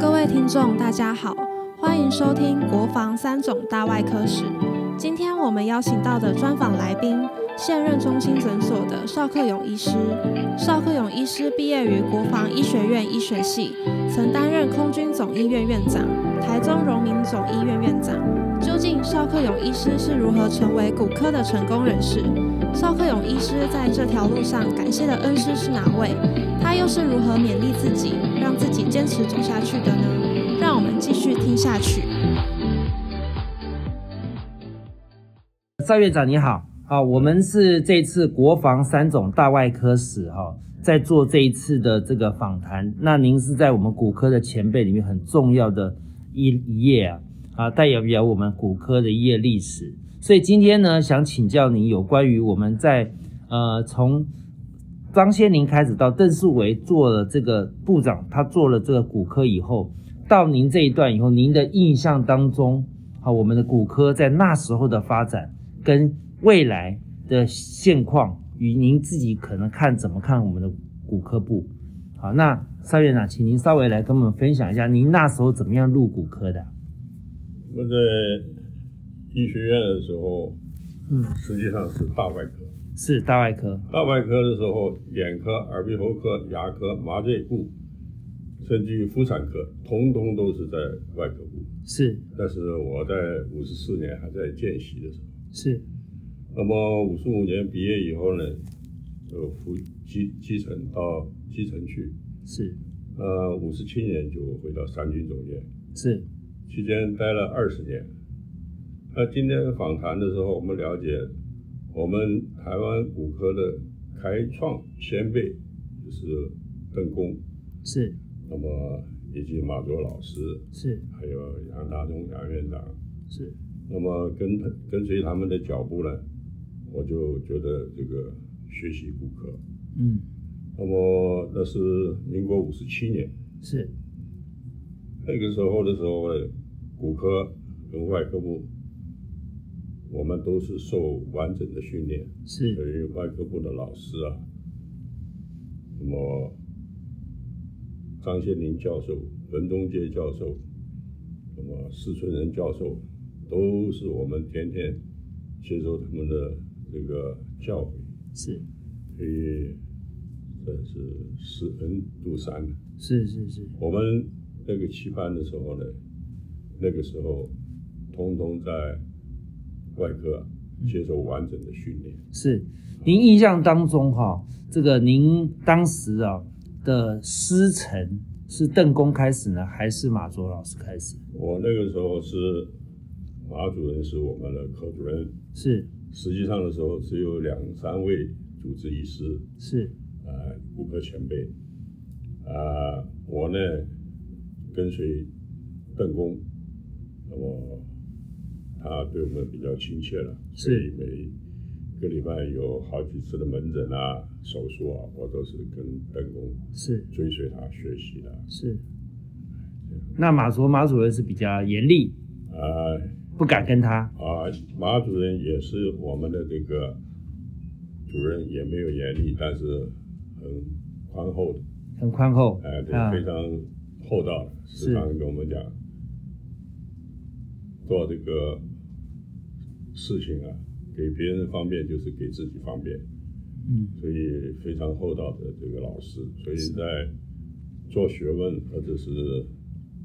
各位听众，大家好，欢迎收听《国防三种大外科史》。今天我们邀请到的专访来宾，现任中心诊所的邵克勇医师。邵克勇医师毕业于国防医学院医学系，曾担任空军总医院院长、台中荣民总医院院长。究竟邵克勇医师是如何成为骨科的成功人士？邵克勇医师在这条路上感谢的恩师是哪位？他又是如何勉励自己，让自己坚持走下去的呢？让我们继续听下去。邵院长你好，啊，我们是这次国防三种大外科史哈、在做这一次的这个访谈。那您是在我们骨科的前辈里面很重要的一一页啊，啊，代表表我们骨科的一页历史。所以今天呢，想请教您有关于我们在呃从张先林开始到邓树维做了这个部长，他做了这个骨科以后，到您这一段以后，您的印象当中，啊，我们的骨科在那时候的发展跟未来的现况，与您自己可能看怎么看我们的骨科部。好，那邵院长，请您稍微来跟我们分享一下，您那时候怎么样入骨科的？我在医学院的时候，嗯，实际上是大外科。是大外科，大外科的时候，眼科、耳鼻喉科、牙科、麻醉部，甚至于妇产科，通通都是在外科部。是但是我在五十四年还在见习的时候，是那么五十五年毕业以后呢，就赴基基层到基层去。是呃，五十七年就回到三军总院，是期间待了二十年。那今天访谈的时候，我们了解我们台湾骨科的开创先辈就是邓公，是那么以及马卓老师，是还有杨大中杨院长。是那么跟他跟随他们的脚步呢，我就觉得这个学习骨科。嗯那么那是民国五十七年，是那个时候的时候呢，骨科跟外科部，我们都是受完整的训练，是所以外科部的老师啊，那么张先林教授、文东介教授，那么施春仁教授，都是我们天天接受他们的这个教诲，是所以这是施恩度三啊的。是是是我们那个期班的时候呢，那个时候通通在外科接受完整的训练。是，您印象当中哈、这个您当时啊的师承是邓公开始呢，还是马卓老师开始？我那个时候是马主任是我们的科主任，是实际上的时候只有两三位主治医师，是呃，骨科前辈，啊、我呢跟随邓公，那么他对我们比较亲切了，所以是每个礼拜有好几次的门诊啊、手术啊，我都是跟邓公是追随他学习的，是。那马卓马主任是比较严厉，啊、不敢跟他。啊，马主任也是我们的这个主任，也没有严厉，但是很宽厚的，很宽厚，哎、对，啊非常厚道的，是时常跟我们讲，做这个事情啊，给别人方便就是给自己方便，嗯，所以非常厚道的这个老师，所以在做学问或者是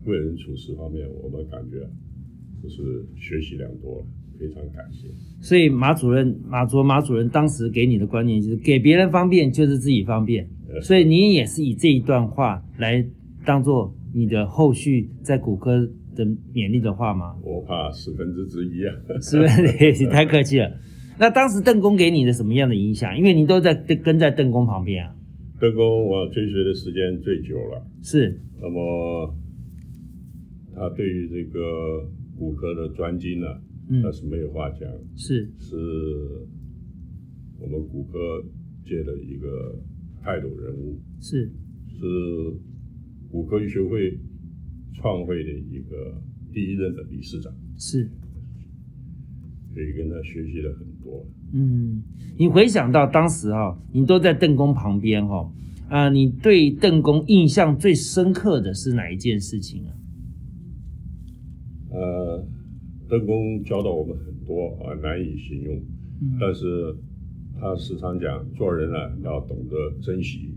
为人处事方面，我们感觉就是学习良多了，非常感谢。所以马主任马卓马主任当时给你的观念就是给别人方便就是自己方便，呃所以您也是以这一段话来当做你的后续在骨科的勉励的话 吗？我怕十分之之一啊。 是不是？ 太客气了。那当时邓公给你的什么样的影响？因为您都在跟在邓公旁边啊，邓公我追随的时间最久了，是那么他对于这个骨科的专精呢、嗯那是没有话讲，是是我们骨科界的一个泰斗人物。是是骨科医学会创会的一个第一任的理事长，是，所以跟他学习了很多。嗯，你回想到当时哈、你都在邓公旁边哈、啊、你对邓公印象最深刻的是哪一件事情啊？呃，邓公教导我们很多啊，难以形容。嗯但是他时常讲，做人啊要懂得珍惜，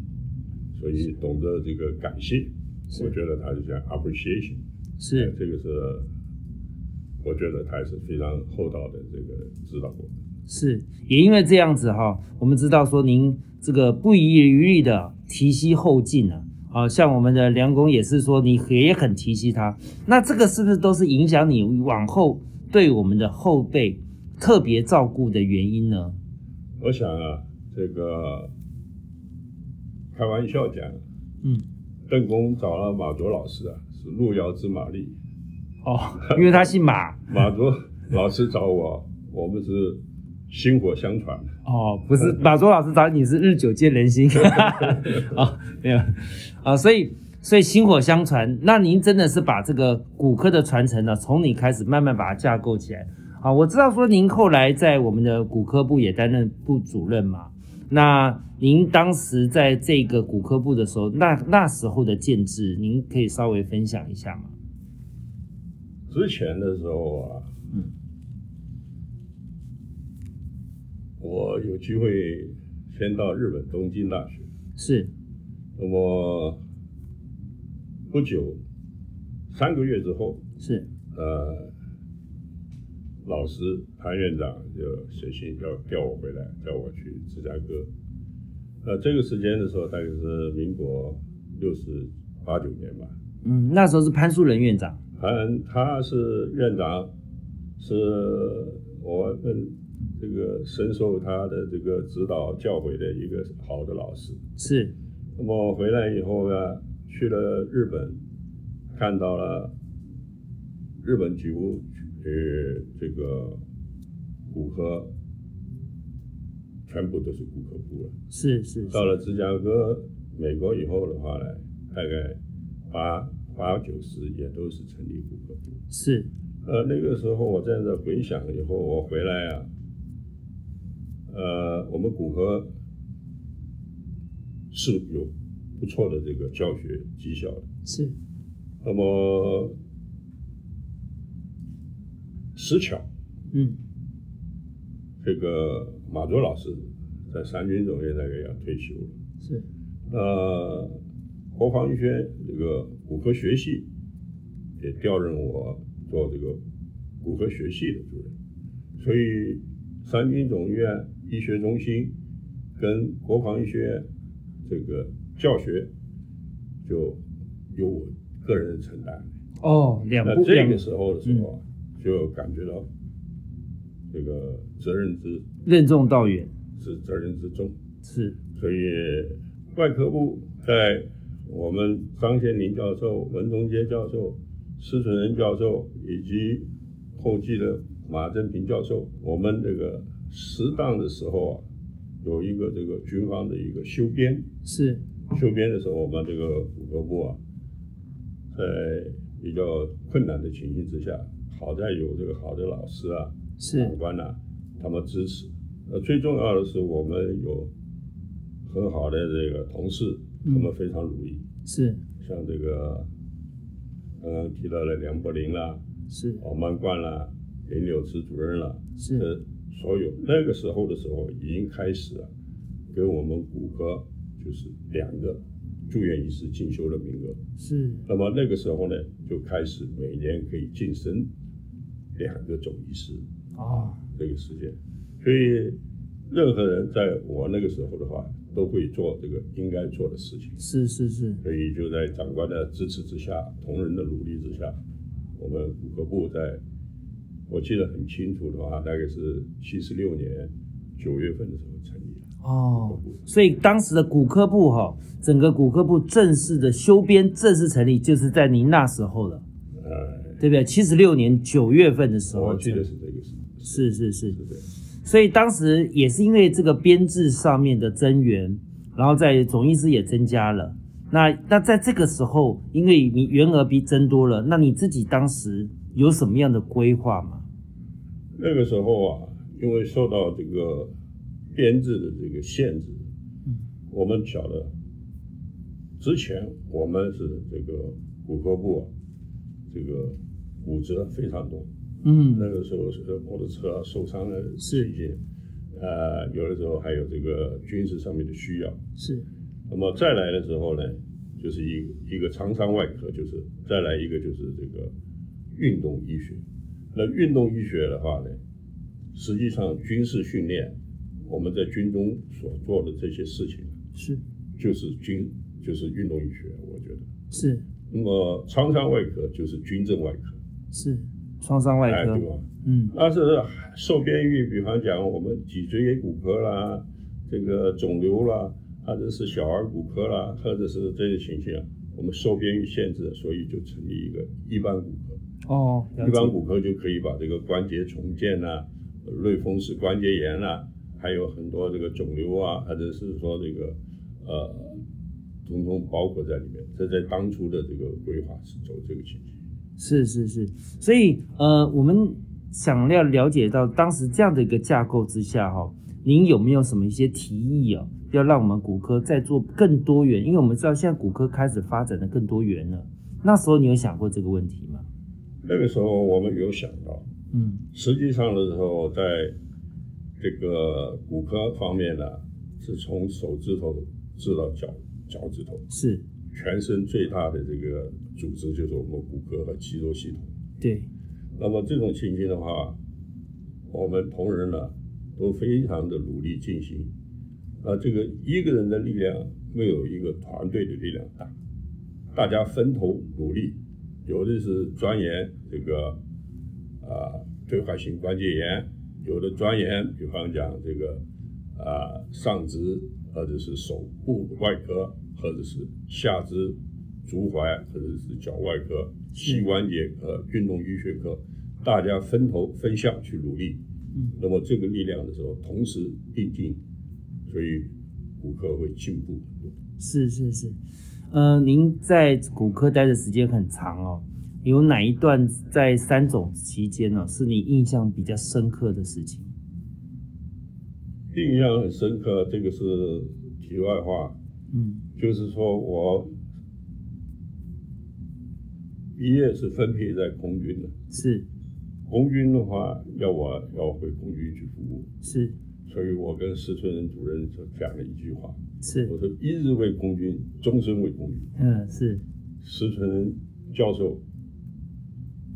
所以懂得这个感谢。是我觉得他就讲 appreciation，呃是这个是我觉得他是非常厚道的这个指导我们。是，也因为这样子哈、我们知道说您这个不遗余力的提携后进啊，啊，像我们的梁公也是说你也很提携他，那这个是不是都是影响你往后对我们的后辈特别照顾的原因呢？我想啊，这个开玩笑讲，嗯，邓公找了马卓老师啊，是路遥知马力。哦，因为他姓马马卓老师找我，我们是薪火相传。哦，不呃是马卓老师找你是日久见人 心，哦，没有，啊、所以所以薪火相传，那您真的是把这个骨科的传承呢，从你开始慢慢把它架构起来。啊，我知道说您后来在我们的骨科部也担任部主任嘛，那您当时在这个骨科部的时候，那那时候的建制，您可以稍微分享一下吗？之前的时候啊，嗯，我有机会先到日本东京大学，是，那么不久，三个月之后，是，呃，老师潘院长就写信要调我回来，叫我去芝加哥。呃，这个时间的时候，大概是民国六十八九年吧。嗯，那时候是潘树仁院长，嗯，他是院长，是我们这个深受他的这个指导教诲的一个好的老师。是，那么回来以后呢，去了日本，看到了日本几乎呃这个骨科全部都是骨科部了。是，是，到是，了芝加哥、美国以后的话呢，大概八八九十也都是成立骨科部。是，呃，那个时候我这样子回想以后，我回来啊，呃，我们骨科是有不错的这个教学绩效的。是，那么石巧嗯。这个马卓老师在三军总院大概要退休了，是呃，国防医学这个骨科学系也调任我做这个骨科学系的主任，所以三军总医院医学中心跟国防医学院这个教学就有我个人的承担。哦，两那部这两嗯个时候的时候啊，就感觉到这个责任之任重道远之责任之重。是所以外科部在我们张先林教授、文中杰教授、施存仁教授以及后继的马振平教授，我们这个适当的时候啊，有一个这个军方的一个修编，是修编的时候，我们这个骨科部啊，在比较困难的情形之下，好在有这个好的老师啊，长是官呐、他们支持。呃，最重要的是我们有很好的这个同事，嗯他们非常努力，是像这个刚刚提到的梁柏林啦、是王曼冠啦、林柳慈主任啦，是呃，所有那个时候的时候已经开始啊，给我们骨科就是两个住院医师进修的名额。是那么那个时候呢，就开始每年可以晋升两个总医师。哦这个世界，所以任何人在我那个时候的话，都会做这个应该做的事情。是是是所以就在长官的支持之下，同仁的努力之下，我们骨科部在，我记得很清楚的话，大概是七十六年九月份的时候成立了。哦，所以当时的骨科部哈、整个骨科部正式的修编正式成立，就是在您那时候了，呃，对不对？七十六年九月份的时候我记成得立，是这个事，是是是是，这样。所以当时也是因为这个编制上面的增援，然后在总医师也增加了。那那在这个时候，因为你员额比增多了，那你自己当时有什么样的规划吗？那个时候啊，因为受到这个编制的这个限制，我们晓得之前我们是这个骨科部、啊，这个骨折非常多，那嗯，个时候是摩托车啊受伤的是期间，呃，有的时候还有这个军事上面的需要。是那么再来的时候呢，就是一一个创伤外科，就是再来一个就是这个运动医学。那运动医学的话呢，实际上军事训练，我们在军中所做的这些事情，是就是军就是运动医学，我觉得。是那么创伤外科就是军政外科，是创伤外哎，科对，吧？嗯，但是受边域，比方讲我们脊椎骨科啦，这个肿瘤啦，或者是小儿骨科啦，或者是这些情形啊，我们受边域限制，所以就成立一个一般骨科。哦，了一解般骨科就可以把这个关节重建呐、呃类风湿关节炎呐、还有很多这个肿瘤啊，或者是说这个呃，统统包括在里面。这在当初的这个规划是走这个情形。是是是，所以呃，我们想要了解到当时这样的一个架构之下哈、您有没有什么一些提议哦，要让我们骨科再做更多元？因为我们知道现在骨科开始发展的更多元了，那时候你有想过这个问题吗？那个时候我们有想到。嗯，实际上的时候，在这个骨科方面呢，是从手指头治到脚脚趾头，是全身最大的这个组织就是我们骨骼和肌肉系统。对，那么这种情形的话，我们同仁呢都非常的努力进行。啊，这个一个人的力量没有一个团队的力量大，大家分头努力，有的是钻研这个啊退化性关节炎，有的钻研，比方讲这个啊上肢或者是手部外科，或者是下肢足踝或者是脚外科、膝关节科、运动医学科，大家分头分项去努力。嗯，那么这个力量的时候，同时并进，所以骨科会进步很多。是是是，呃，您在骨科待的时间很长哦，有哪一段在三种期间呢、是你印象比较深刻的事情？印象很深刻，这个是题外话。嗯，就是说我毕业是分配在空军的，是空军的话要我要回空军去服务，是所以我跟石春仁主任就讲了一句话，我是，说一日为空军，终身为空军。嗯是石春仁教授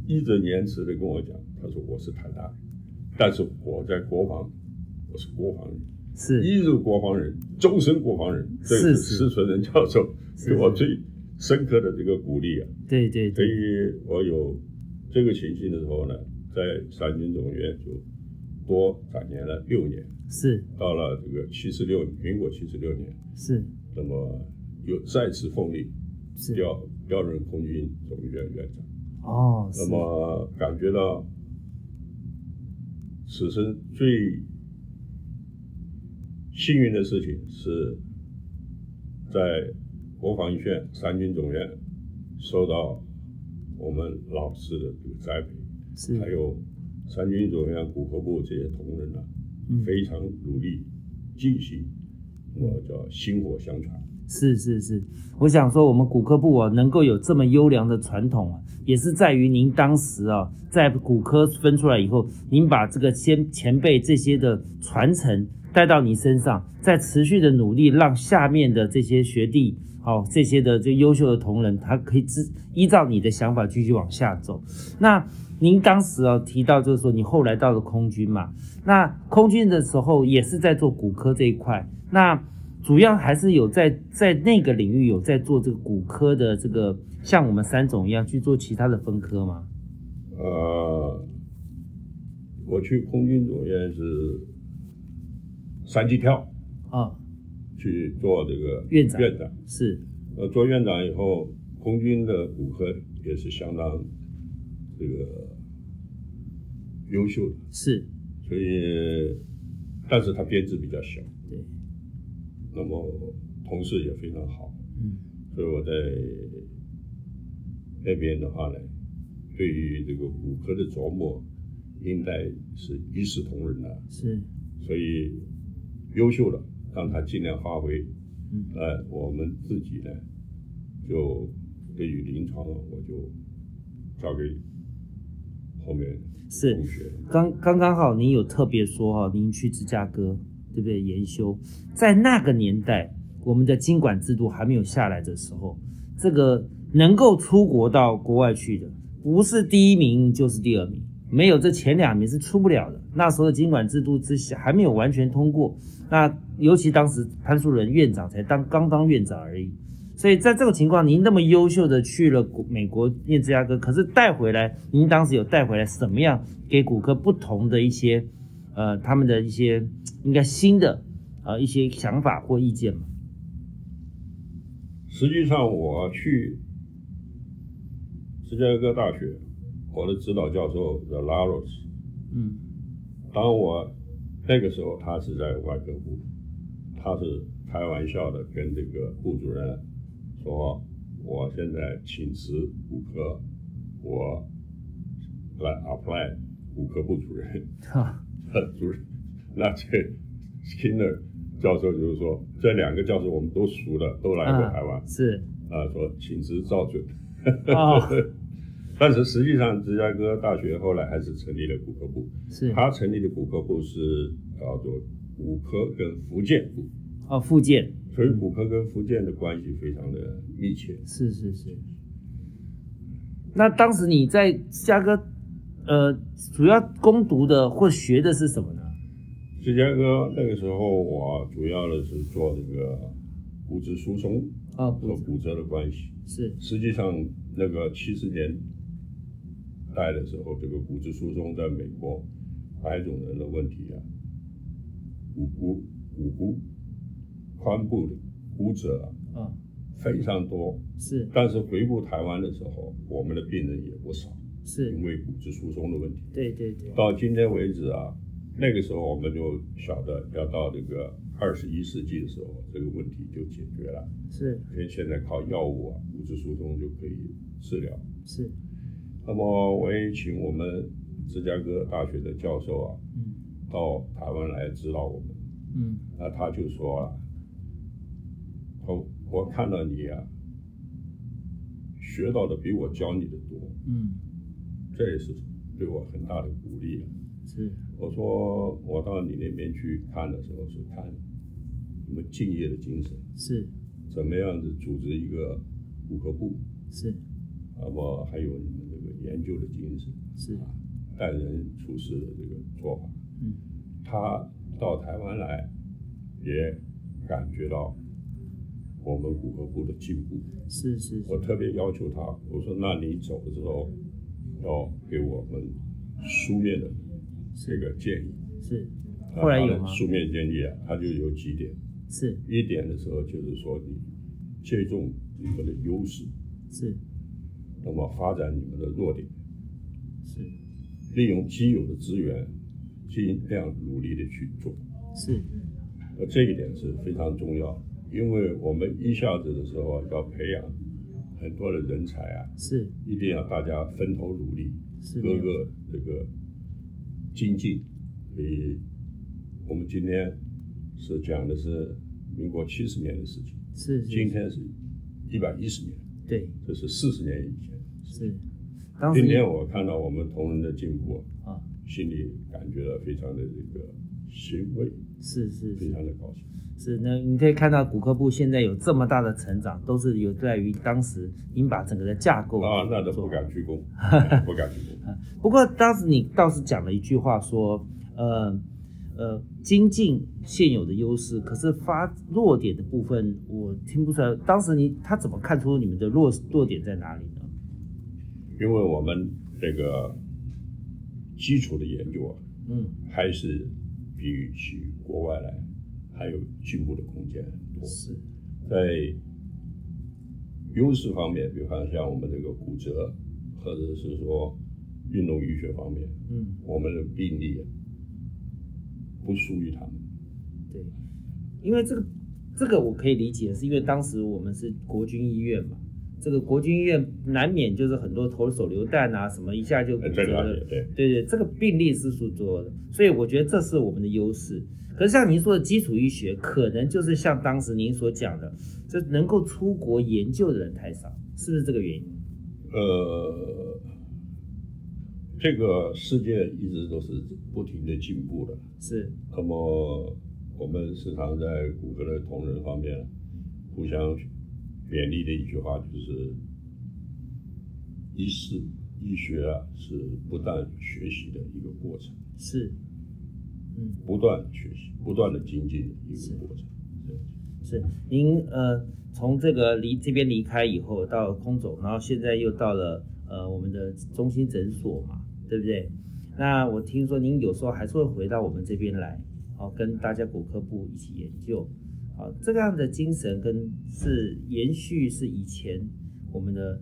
义正言辞的跟我讲，他说我是台大人，但是我在国防，我是国防人。是一日国防人，终身国防人，这是个是是施存仁教授是给我最深刻的这个鼓励啊。对对所对，以我有这个情形的时候呢，在三军总院就多展延了六年，是到了这个七十六民国七十六年，是那么又再次奉令是，调调任空军总院院长，哦，那是么感觉到此生最幸运的事情是，在国防医学院三军总院受到我们老师的这个栽培，还是，有三军总院骨科部这些同仁呢、嗯非常努力进行，我叫薪火相传。是是是，我想说，我们骨科部啊，能够有这么优良的传统啊，也是在于您当时啊，在骨科分出来以后，您把这个先前辈这些的传承带到你身上，再持续的努力，让下面的这些学弟，哦，这些的这优秀的同仁，他可以依依照你的想法继续往下走。那您当时哦提到，就是说你后来到了空军嘛，那空军的时候也是在做骨科这一块，那主要还是有在在那个领域有在做这个骨科的这个，像我们三种一样去做其他的分科吗？呃，我去空军总院是三级跳啊，去做这个院长院长，是呃，做院长以后，空军的骨科也是相当这个优秀的，是，所以，但是它编制比较小，对，那么同事也非常好，嗯所以我在那边的话呢，对于这个骨科的琢磨，应该是一视同仁的、是，所以优秀的让他尽量发挥。嗯呃，我们自己呢就对于临床啊，我就交给后面是同学。刚刚刚好，您有特别说哈、您去芝加哥，对不对？研修，在那个年代，我们的经管制度还没有下来的时候，这个能够出国到国外去的，不是第一名就是第二名，没有这前两名是出不了的。那时候的经管制度之下还没有完全通过，那尤其当时潘树仁院长才当刚当院长而已。所以在这种情况，您那么优秀的去了国美国念芝加哥，可是带回来，您当时有带回来什么样给骨科不同的一些，呃，他们的一些应该新的呃一些想法或意见吗？实际上，我去芝加哥大学，我的指导教授叫 Laros，嗯当我那个时候他是在外科部，他是开玩笑的跟这个部主任说，我现在请辞骨科，我来 apply 骨科部主任。哈，主任，那这 Skinner 教授就是说，这两个教授我们都熟的，都来过嗯台湾，是啊，说请辞照准。哦， 但是实际上，芝加哥大学后来还是成立了骨科部。是他成立的骨科部是叫做骨科跟福建部，哦，附件所以骨科跟福建的关系非常的密切。是是是。那当时你在芝加哥，呃，主要攻读的或学的是什么呢？芝加哥那个时候，我主要的是做这个骨质疏松哦，和不骨折的关系。是实际上，那个七十年代的时候，这个骨质疏松在美国白种人的问题啊，骨骨骨骨髋部的骨折、啊、哦，非常多。是但是回顾台湾的时候，我们的病人也不少，是因，为骨质疏松的问题。对对对，到今天为止啊，那个时候我们就晓得要到这个二十一世纪的时候，这个问题就解决了，是因为现在靠药物啊，骨质疏松就可以治疗。是，那么我也请我们芝加哥大学的教授啊，嗯到台湾来指导我们。嗯那他就说啊，我我看到你啊，学到的比我教你的多，嗯，这也是对我很大的鼓励啊、是我说我到你那边去看的时候，是看你们敬业的精神，是怎么样子组织一个骨科部，是那么还有你们这个研究的精神，是，待人处事的这个做法。嗯他到台湾来，也感觉到我们骨科部的进步。是是我是特别要求他，我说：“那你走的时候，要给我们书面的这个建议。是，那后来他有的吗？书面建议啊，他就有几点。是一点的时候就是说，你借重你们的优势，是那么发展你们的弱点，是利用既有的资源，尽量努力的去做。是那这一点是非常重要，因为我们一下子的时候啊要培养很多的人才啊，是一定要大家分头努力，是没各有个这个精进。所以我们今天是讲的是民国七十年的事情，是今是，天是一百一十年，对这是四十年以前。是，当时今你天我看到我们同仁的进步啊，啊心里感觉到非常的这个欣慰，是是非是常的高兴。是，那你可以看到骨科部现在有这么大的成长，都是有在于当时您把整个的架构啊，那都做不敢 鞠躬，不敢鞠躬。不过当时你倒是讲了一句话说，呃呃，精进现有的优势，可是发弱点的部分我听不出来。当时你他怎么看出你们的弱弱点在哪里呢？因为我们这个基础的研究啊，嗯，还是比起国外来还有进步的空间很多。是在优势方面，比方像我们这个骨折，或者是说运动医学方面，嗯我们的病例啊不输于他们。对，因为这个这个我可以理解，是因为当时我们是国军医院嘛，这个国军医院难免就是很多投手榴弹啊，什么一下就骨哎折这个了也。对，对对，这个病例是数多的，所以我觉得这是我们的优势。可是像您说的基础医学，可能就是像当时您所讲的，就能够出国研究的人太少，是不是这个原因？呃，这个世界一直都是不停的进步的。是那么我们时常在谷歌的同仁方面互相勉励的一句话就是：医师医学啊是不断学习的一个过程，是，嗯，不断学习、不断的精进的一个过程。对是。您呃，从这个离这边离开以后到空总，然后现在又到了呃我们的中心诊所嘛，对不对？那我听说您有时候还是会回到我们这边来，哦，跟大家骨科部一起研究，哦，这样的精神跟是延续是以前我们的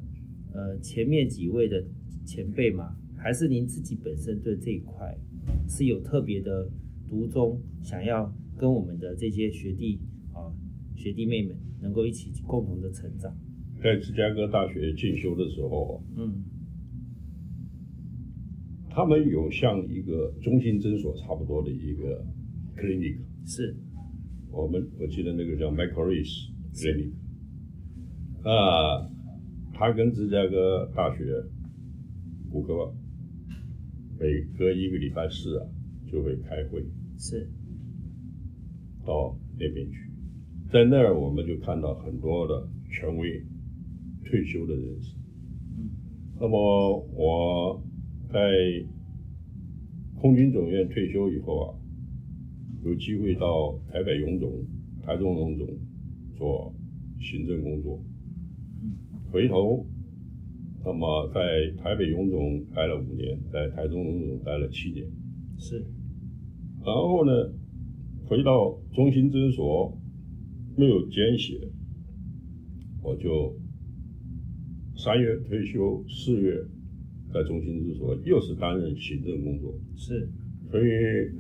呃前面几位的前辈嘛，还是您自己本身对这一块是有特别的独钟，想要跟我们的这些学弟啊、学弟妹们能够一起共同的成长，在芝加哥大学进修的时候，啊嗯，他们有像一个中心诊所差不多的一个 clinic，是我们我记得那个叫 m i c h a r i s c l i n i 啊，他跟芝加哥大学骨科每隔一个礼拜四啊就会开会是到那边去，在那儿我们就看到很多的权威退休的人士。那么我在空军总院退休以后啊，有机会到台北荣总、台中荣总做行政工作。回头，那么在台北荣总待了五年，在台中荣总待了七年。是然后呢，回到中心诊所没有捐血，我就三月退休，四月在中心诊所又是担任行政工作，是所以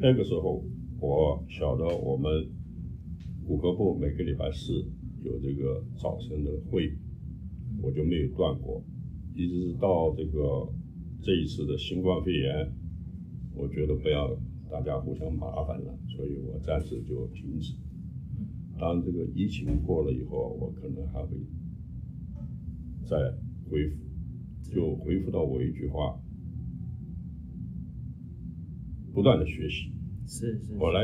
那个时候我晓得我们骨科部每个礼拜四有这个早晨的会议，我就没有断过，一直到这个这一次的新冠肺炎，我觉得不要大家互相麻烦了，所以我暂时就停止。当这个疫情过了以后，我可能还会再恢复，就恢复到我一句话：不断的学习。是是，我来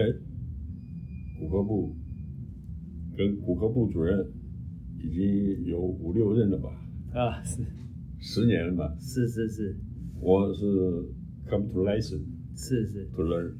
骨科部跟骨科部主任已经有五六任了吧，啊，是十年了吧。是是是我是 come to lesson 是是， to learn，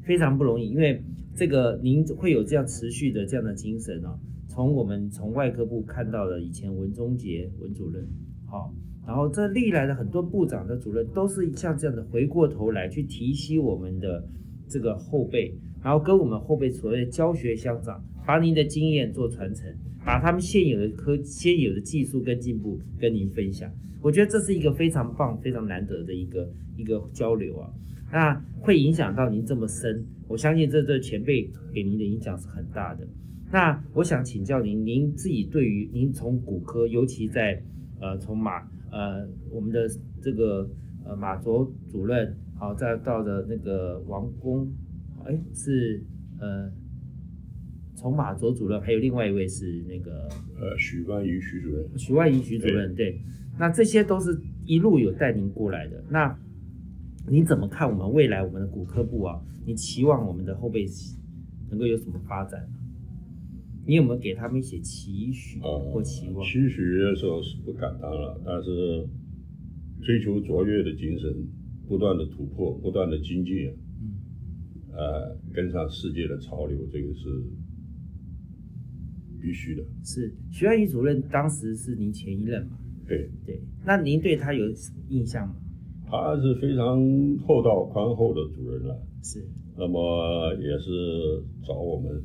非常不容易，因为这个您会有这样持续的这样的精神哦。从我们从外科部看到的以前文忠杰文主任，好、然后这历来的很多部长的主任都是像这样的回过头来去提携我们的这个后辈，然后跟我们后辈所谓的教学相长，把您的经验做传承，把他们现有的科现有的技术跟进步跟您分享。我觉得这是一个非常棒、非常难得的一个一个交流啊。那会影响到您这么深，我相信这对前辈给您的影响是很大的。那我想请教您，您自己对于您从骨科，尤其在呃从马呃我们的这个呃马卓主任，好再到的那个王工，哎是呃从马卓主任，还有另外一位是那个呃，许冠宇许主任，许万怡许主任，对，那这些都是一路有带您过来的。那你怎么看我们未来我们的骨科部啊？你期望我们的后辈能够有什么发展呢？你有没有给他们一些期许或呃，期望？期许的时候是不敢当了，但是追求卓越的精神，不断的突破，不断的精进，嗯呃，跟上世界的潮流，这个是必须的。是许万怡主任当时是您前一任嘛？对，对，那您对他有印象吗？他是非常厚道宽厚的主人了，是那么也是找我们，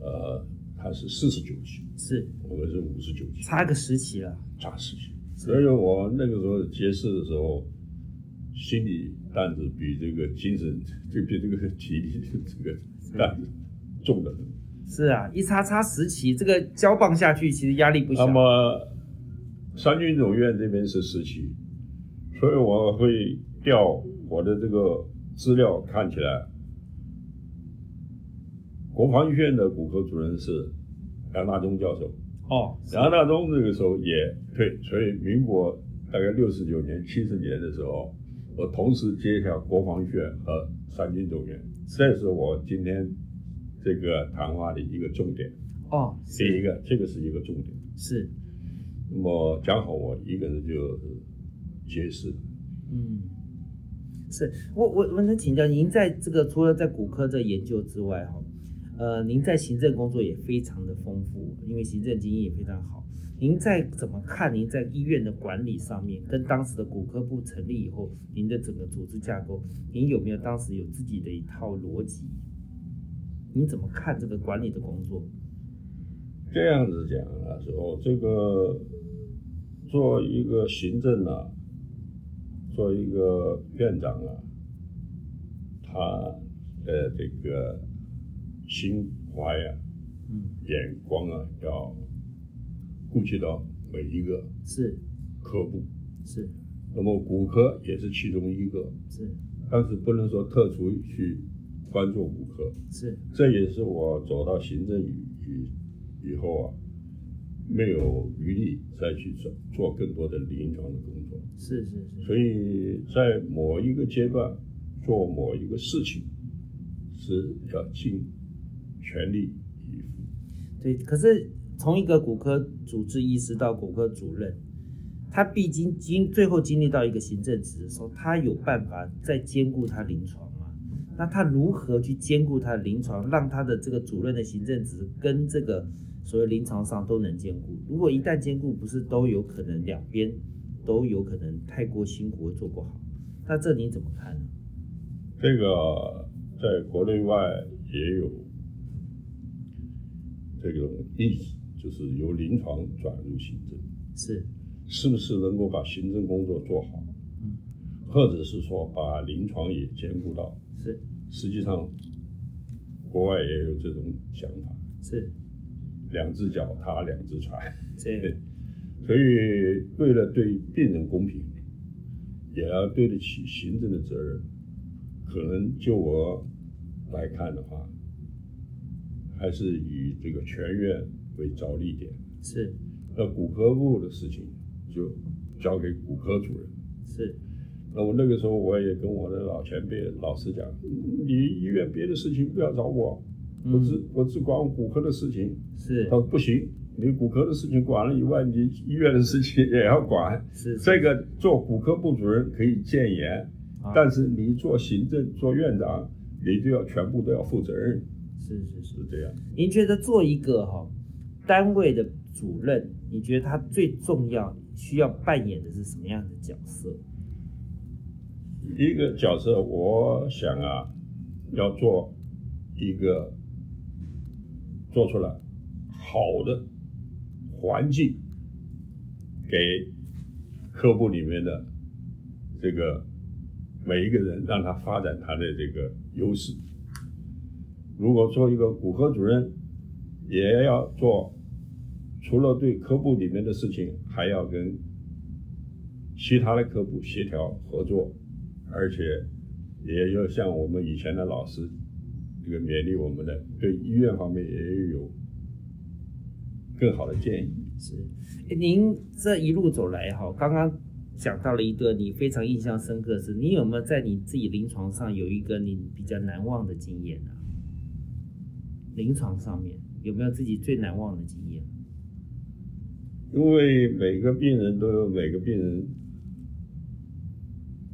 呃，他是四十九期，是，我们是五十九期，差个时期了，差十期。所以我那个时候结识的时候，心理担子比这个精神就比这个体力这个担子重的很。是啊，一叉叉时期，这个交棒下去，其实压力不小那。么三军总院这边是十七，所以我会调我的这个资料看起来，国防医学院的骨科主任是杨大中教授，哦，是杨大中这个时候也退，所以民国大概六十九年、七十年的时候，我同时接下国防学院和三军总院，这是我今天这个谈话的一个重点。哦，第一个，这个是一个重点。是，那么讲好，我一个人就结识。嗯，是我我我能请教您，在这个除了在骨科的研究之外，哈，呃，您在行政工作也非常的丰富，因为行政经验也非常好。您在怎么看您在医院的管理上面，跟当时的骨科部成立以后，您的整个组织架构，您有没有当时有自己的一套逻辑？您怎么看这个管理的工作？这样子讲啊，说这个做一个行政啊，做一个院长啊，他的这个心怀啊、嗯，眼光啊，要顾及到每一个是科部。是那么骨科也是其中一个，是但是不能说特殊去关注骨科。是，这也是我走到行政以以以后啊，没有余力再去做做更多的临床的工作，是是是，所以在某一个阶段做某一个事情是要尽全力以赴。对，可是从一个骨科主治医师到骨科主任，他毕竟经最后经历到一个行政职的时候，他有办法再兼顾他临床吗？那他如何去兼顾他的临床，让他的这个主任的行政职跟这个所谓临床上都能兼顾？如果一旦兼顾，不是都有可能两边都有可能太过辛苦做不好？那这你怎么看呢？这个在国内外也有这种意识，就是由临床转入行政。是，是不是能够把行政工作做好嗯，或者是说把临床也兼顾到。是，实际上，国外也有这种想法，是，两只脚踏两只船。这，所以，为了对病人公平，也要对得起行政的责任。可能就我来看的话，还是以这个全院为着力点。是，那骨科部的事情就交给骨科主任。是，那我那个时候我也跟我的老前辈老师讲，你医院别的事情不要找我，我嗯只我只管骨科的事情。是他，说不行，你骨科的事情管了以外，你医院的事情也要管。是，这个做骨科部主任可以建言，啊但是你做行政做院长，你就要全部都要负责任，是是是是。这样。您觉得做一个哈、单位的主任，你觉得他最重要需要扮演的是什么样的角色？一个角色，我想啊，要做一个做出来好的环境给科部里面的这个每一个人，让他发展他的这个优势。如果做一个骨科主任，也要做，除了对科部里面的事情，还要跟其他的科部协调合作，而且也要像我们以前的老师这个勉励我们的，对医院方面也有更好的建议。是，诶您这一路走来哈，刚刚讲到了一个你非常印象深刻的是，你有没有在你自己临床上有一个你比较难忘的经验啊？临床上面有没有自己最难忘的经验？因为每个病人都有每个病人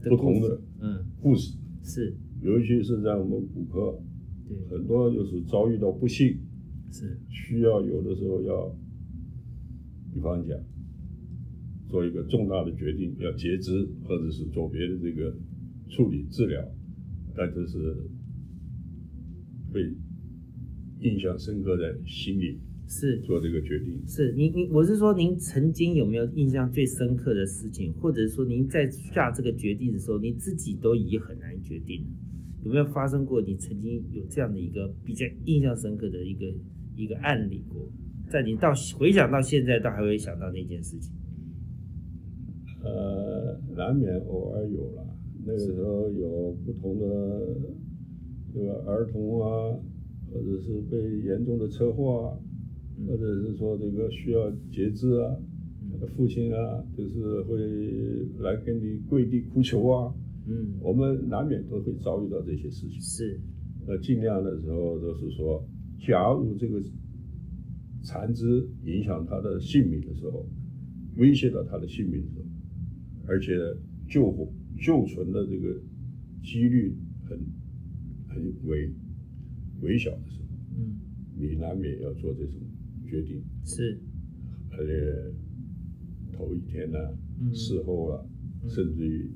这不同故的事，嗯，故事，是，尤其是在我们骨科，对，很多就是遭遇到不幸，是，需要有的时候要，比方讲，做一个重大的决定，要截肢或者是做别的这个处理治疗，但这是会印象深刻在心里是，做这个决定。是您您，我是说您曾经有没有印象最深刻的事情，或者说您在下这个决定的时候，你自己都已经很难决定了，有没有发生过你曾经有这样的一个比较印象深刻的一个一个案例过，在你到回想到现在，都还会想到那件事情。呃，难免偶尔有了。那个时候有不同的这个儿童啊，或者是被严重的车祸啊，嗯或者是说这个需要截肢啊，父亲啊，就是会来跟你跪地哭求啊，嗯，我们难免都会遭遇到这些事情。是，那尽量的时候都是说，假如这个残肢影响他的性命的时候，威胁到他的性命的时候，而且救活救存的这个几率很很微微小的时候，嗯，你难免要做这种决定，是，而且头一天啊呢、嗯事后啊，嗯甚至于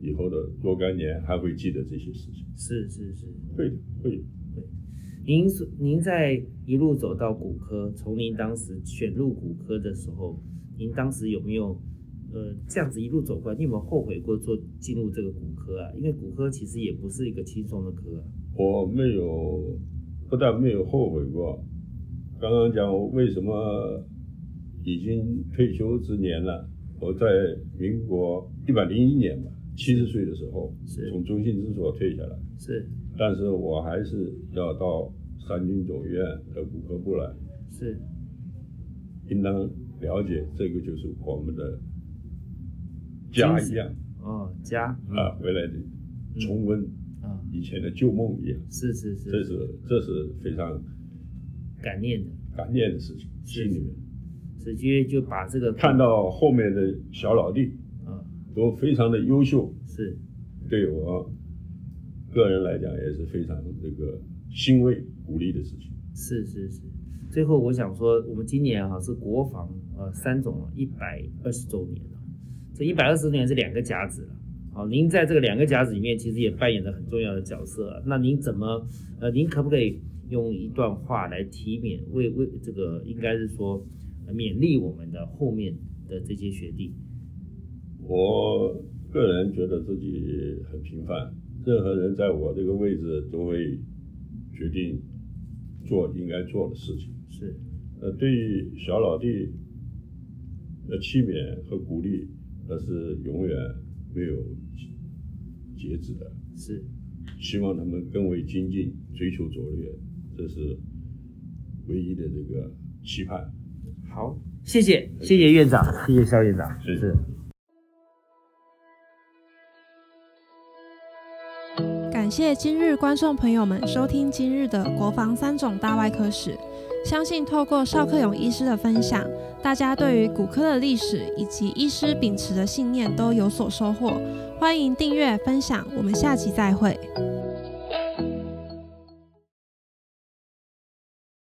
以后的若干年还会记得这些事情，是是是。会的会的。您所您在一路走到骨科，从您当时选入骨科的时候，您当时有没有呃这样子一路走过来？你有没有后悔过做进入这个骨科啊？因为骨科其实也不是一个轻松的科啊。我没有，不但没有后悔过。刚刚讲我为什么已经退休之年了，我在民国一百零一年吧，七十岁的时候是从中信之所退下来，是但是我还是要到三军总医院的骨科部来，是，应当了解这个就是我们的家一样哦，家啊，回来的重温啊，以前的旧梦一样，是是这是，是这是非常感念的，感念的事情，心里面。直接就把这个看到后面的小老弟啊，都非常的优秀，是对我个人来讲也是非常这个欣慰鼓励的事情。是是是。最后我想说，我们今年哈、是国防呃三总一百二十周年了、这一百二十年是两个甲子了。好，您在这个两个甲子里面，其实也扮演了很重要的角色啊、那您怎么呃，您可不可以用一段话来提勉为为这个应该是说、呃勉励我们的后面的这些学弟？我个人觉得自己很平凡，任何人在我这个位置都会决定做应该做的事情。是呃，对于小老弟的期勉和鼓励，那是永远没有截止的。是希望他们更为精进，追求卓越，这是唯一的这个期盼。好，谢谢谢谢院长，谢谢肖院长，谢谢是感谢今日观众朋友们收听今日的国防三种大外科史。相信透过邵克勇医师的分享，大家对于骨科的历史以及医师秉持的信念都有所收获。欢迎订阅分享，我们下期再会。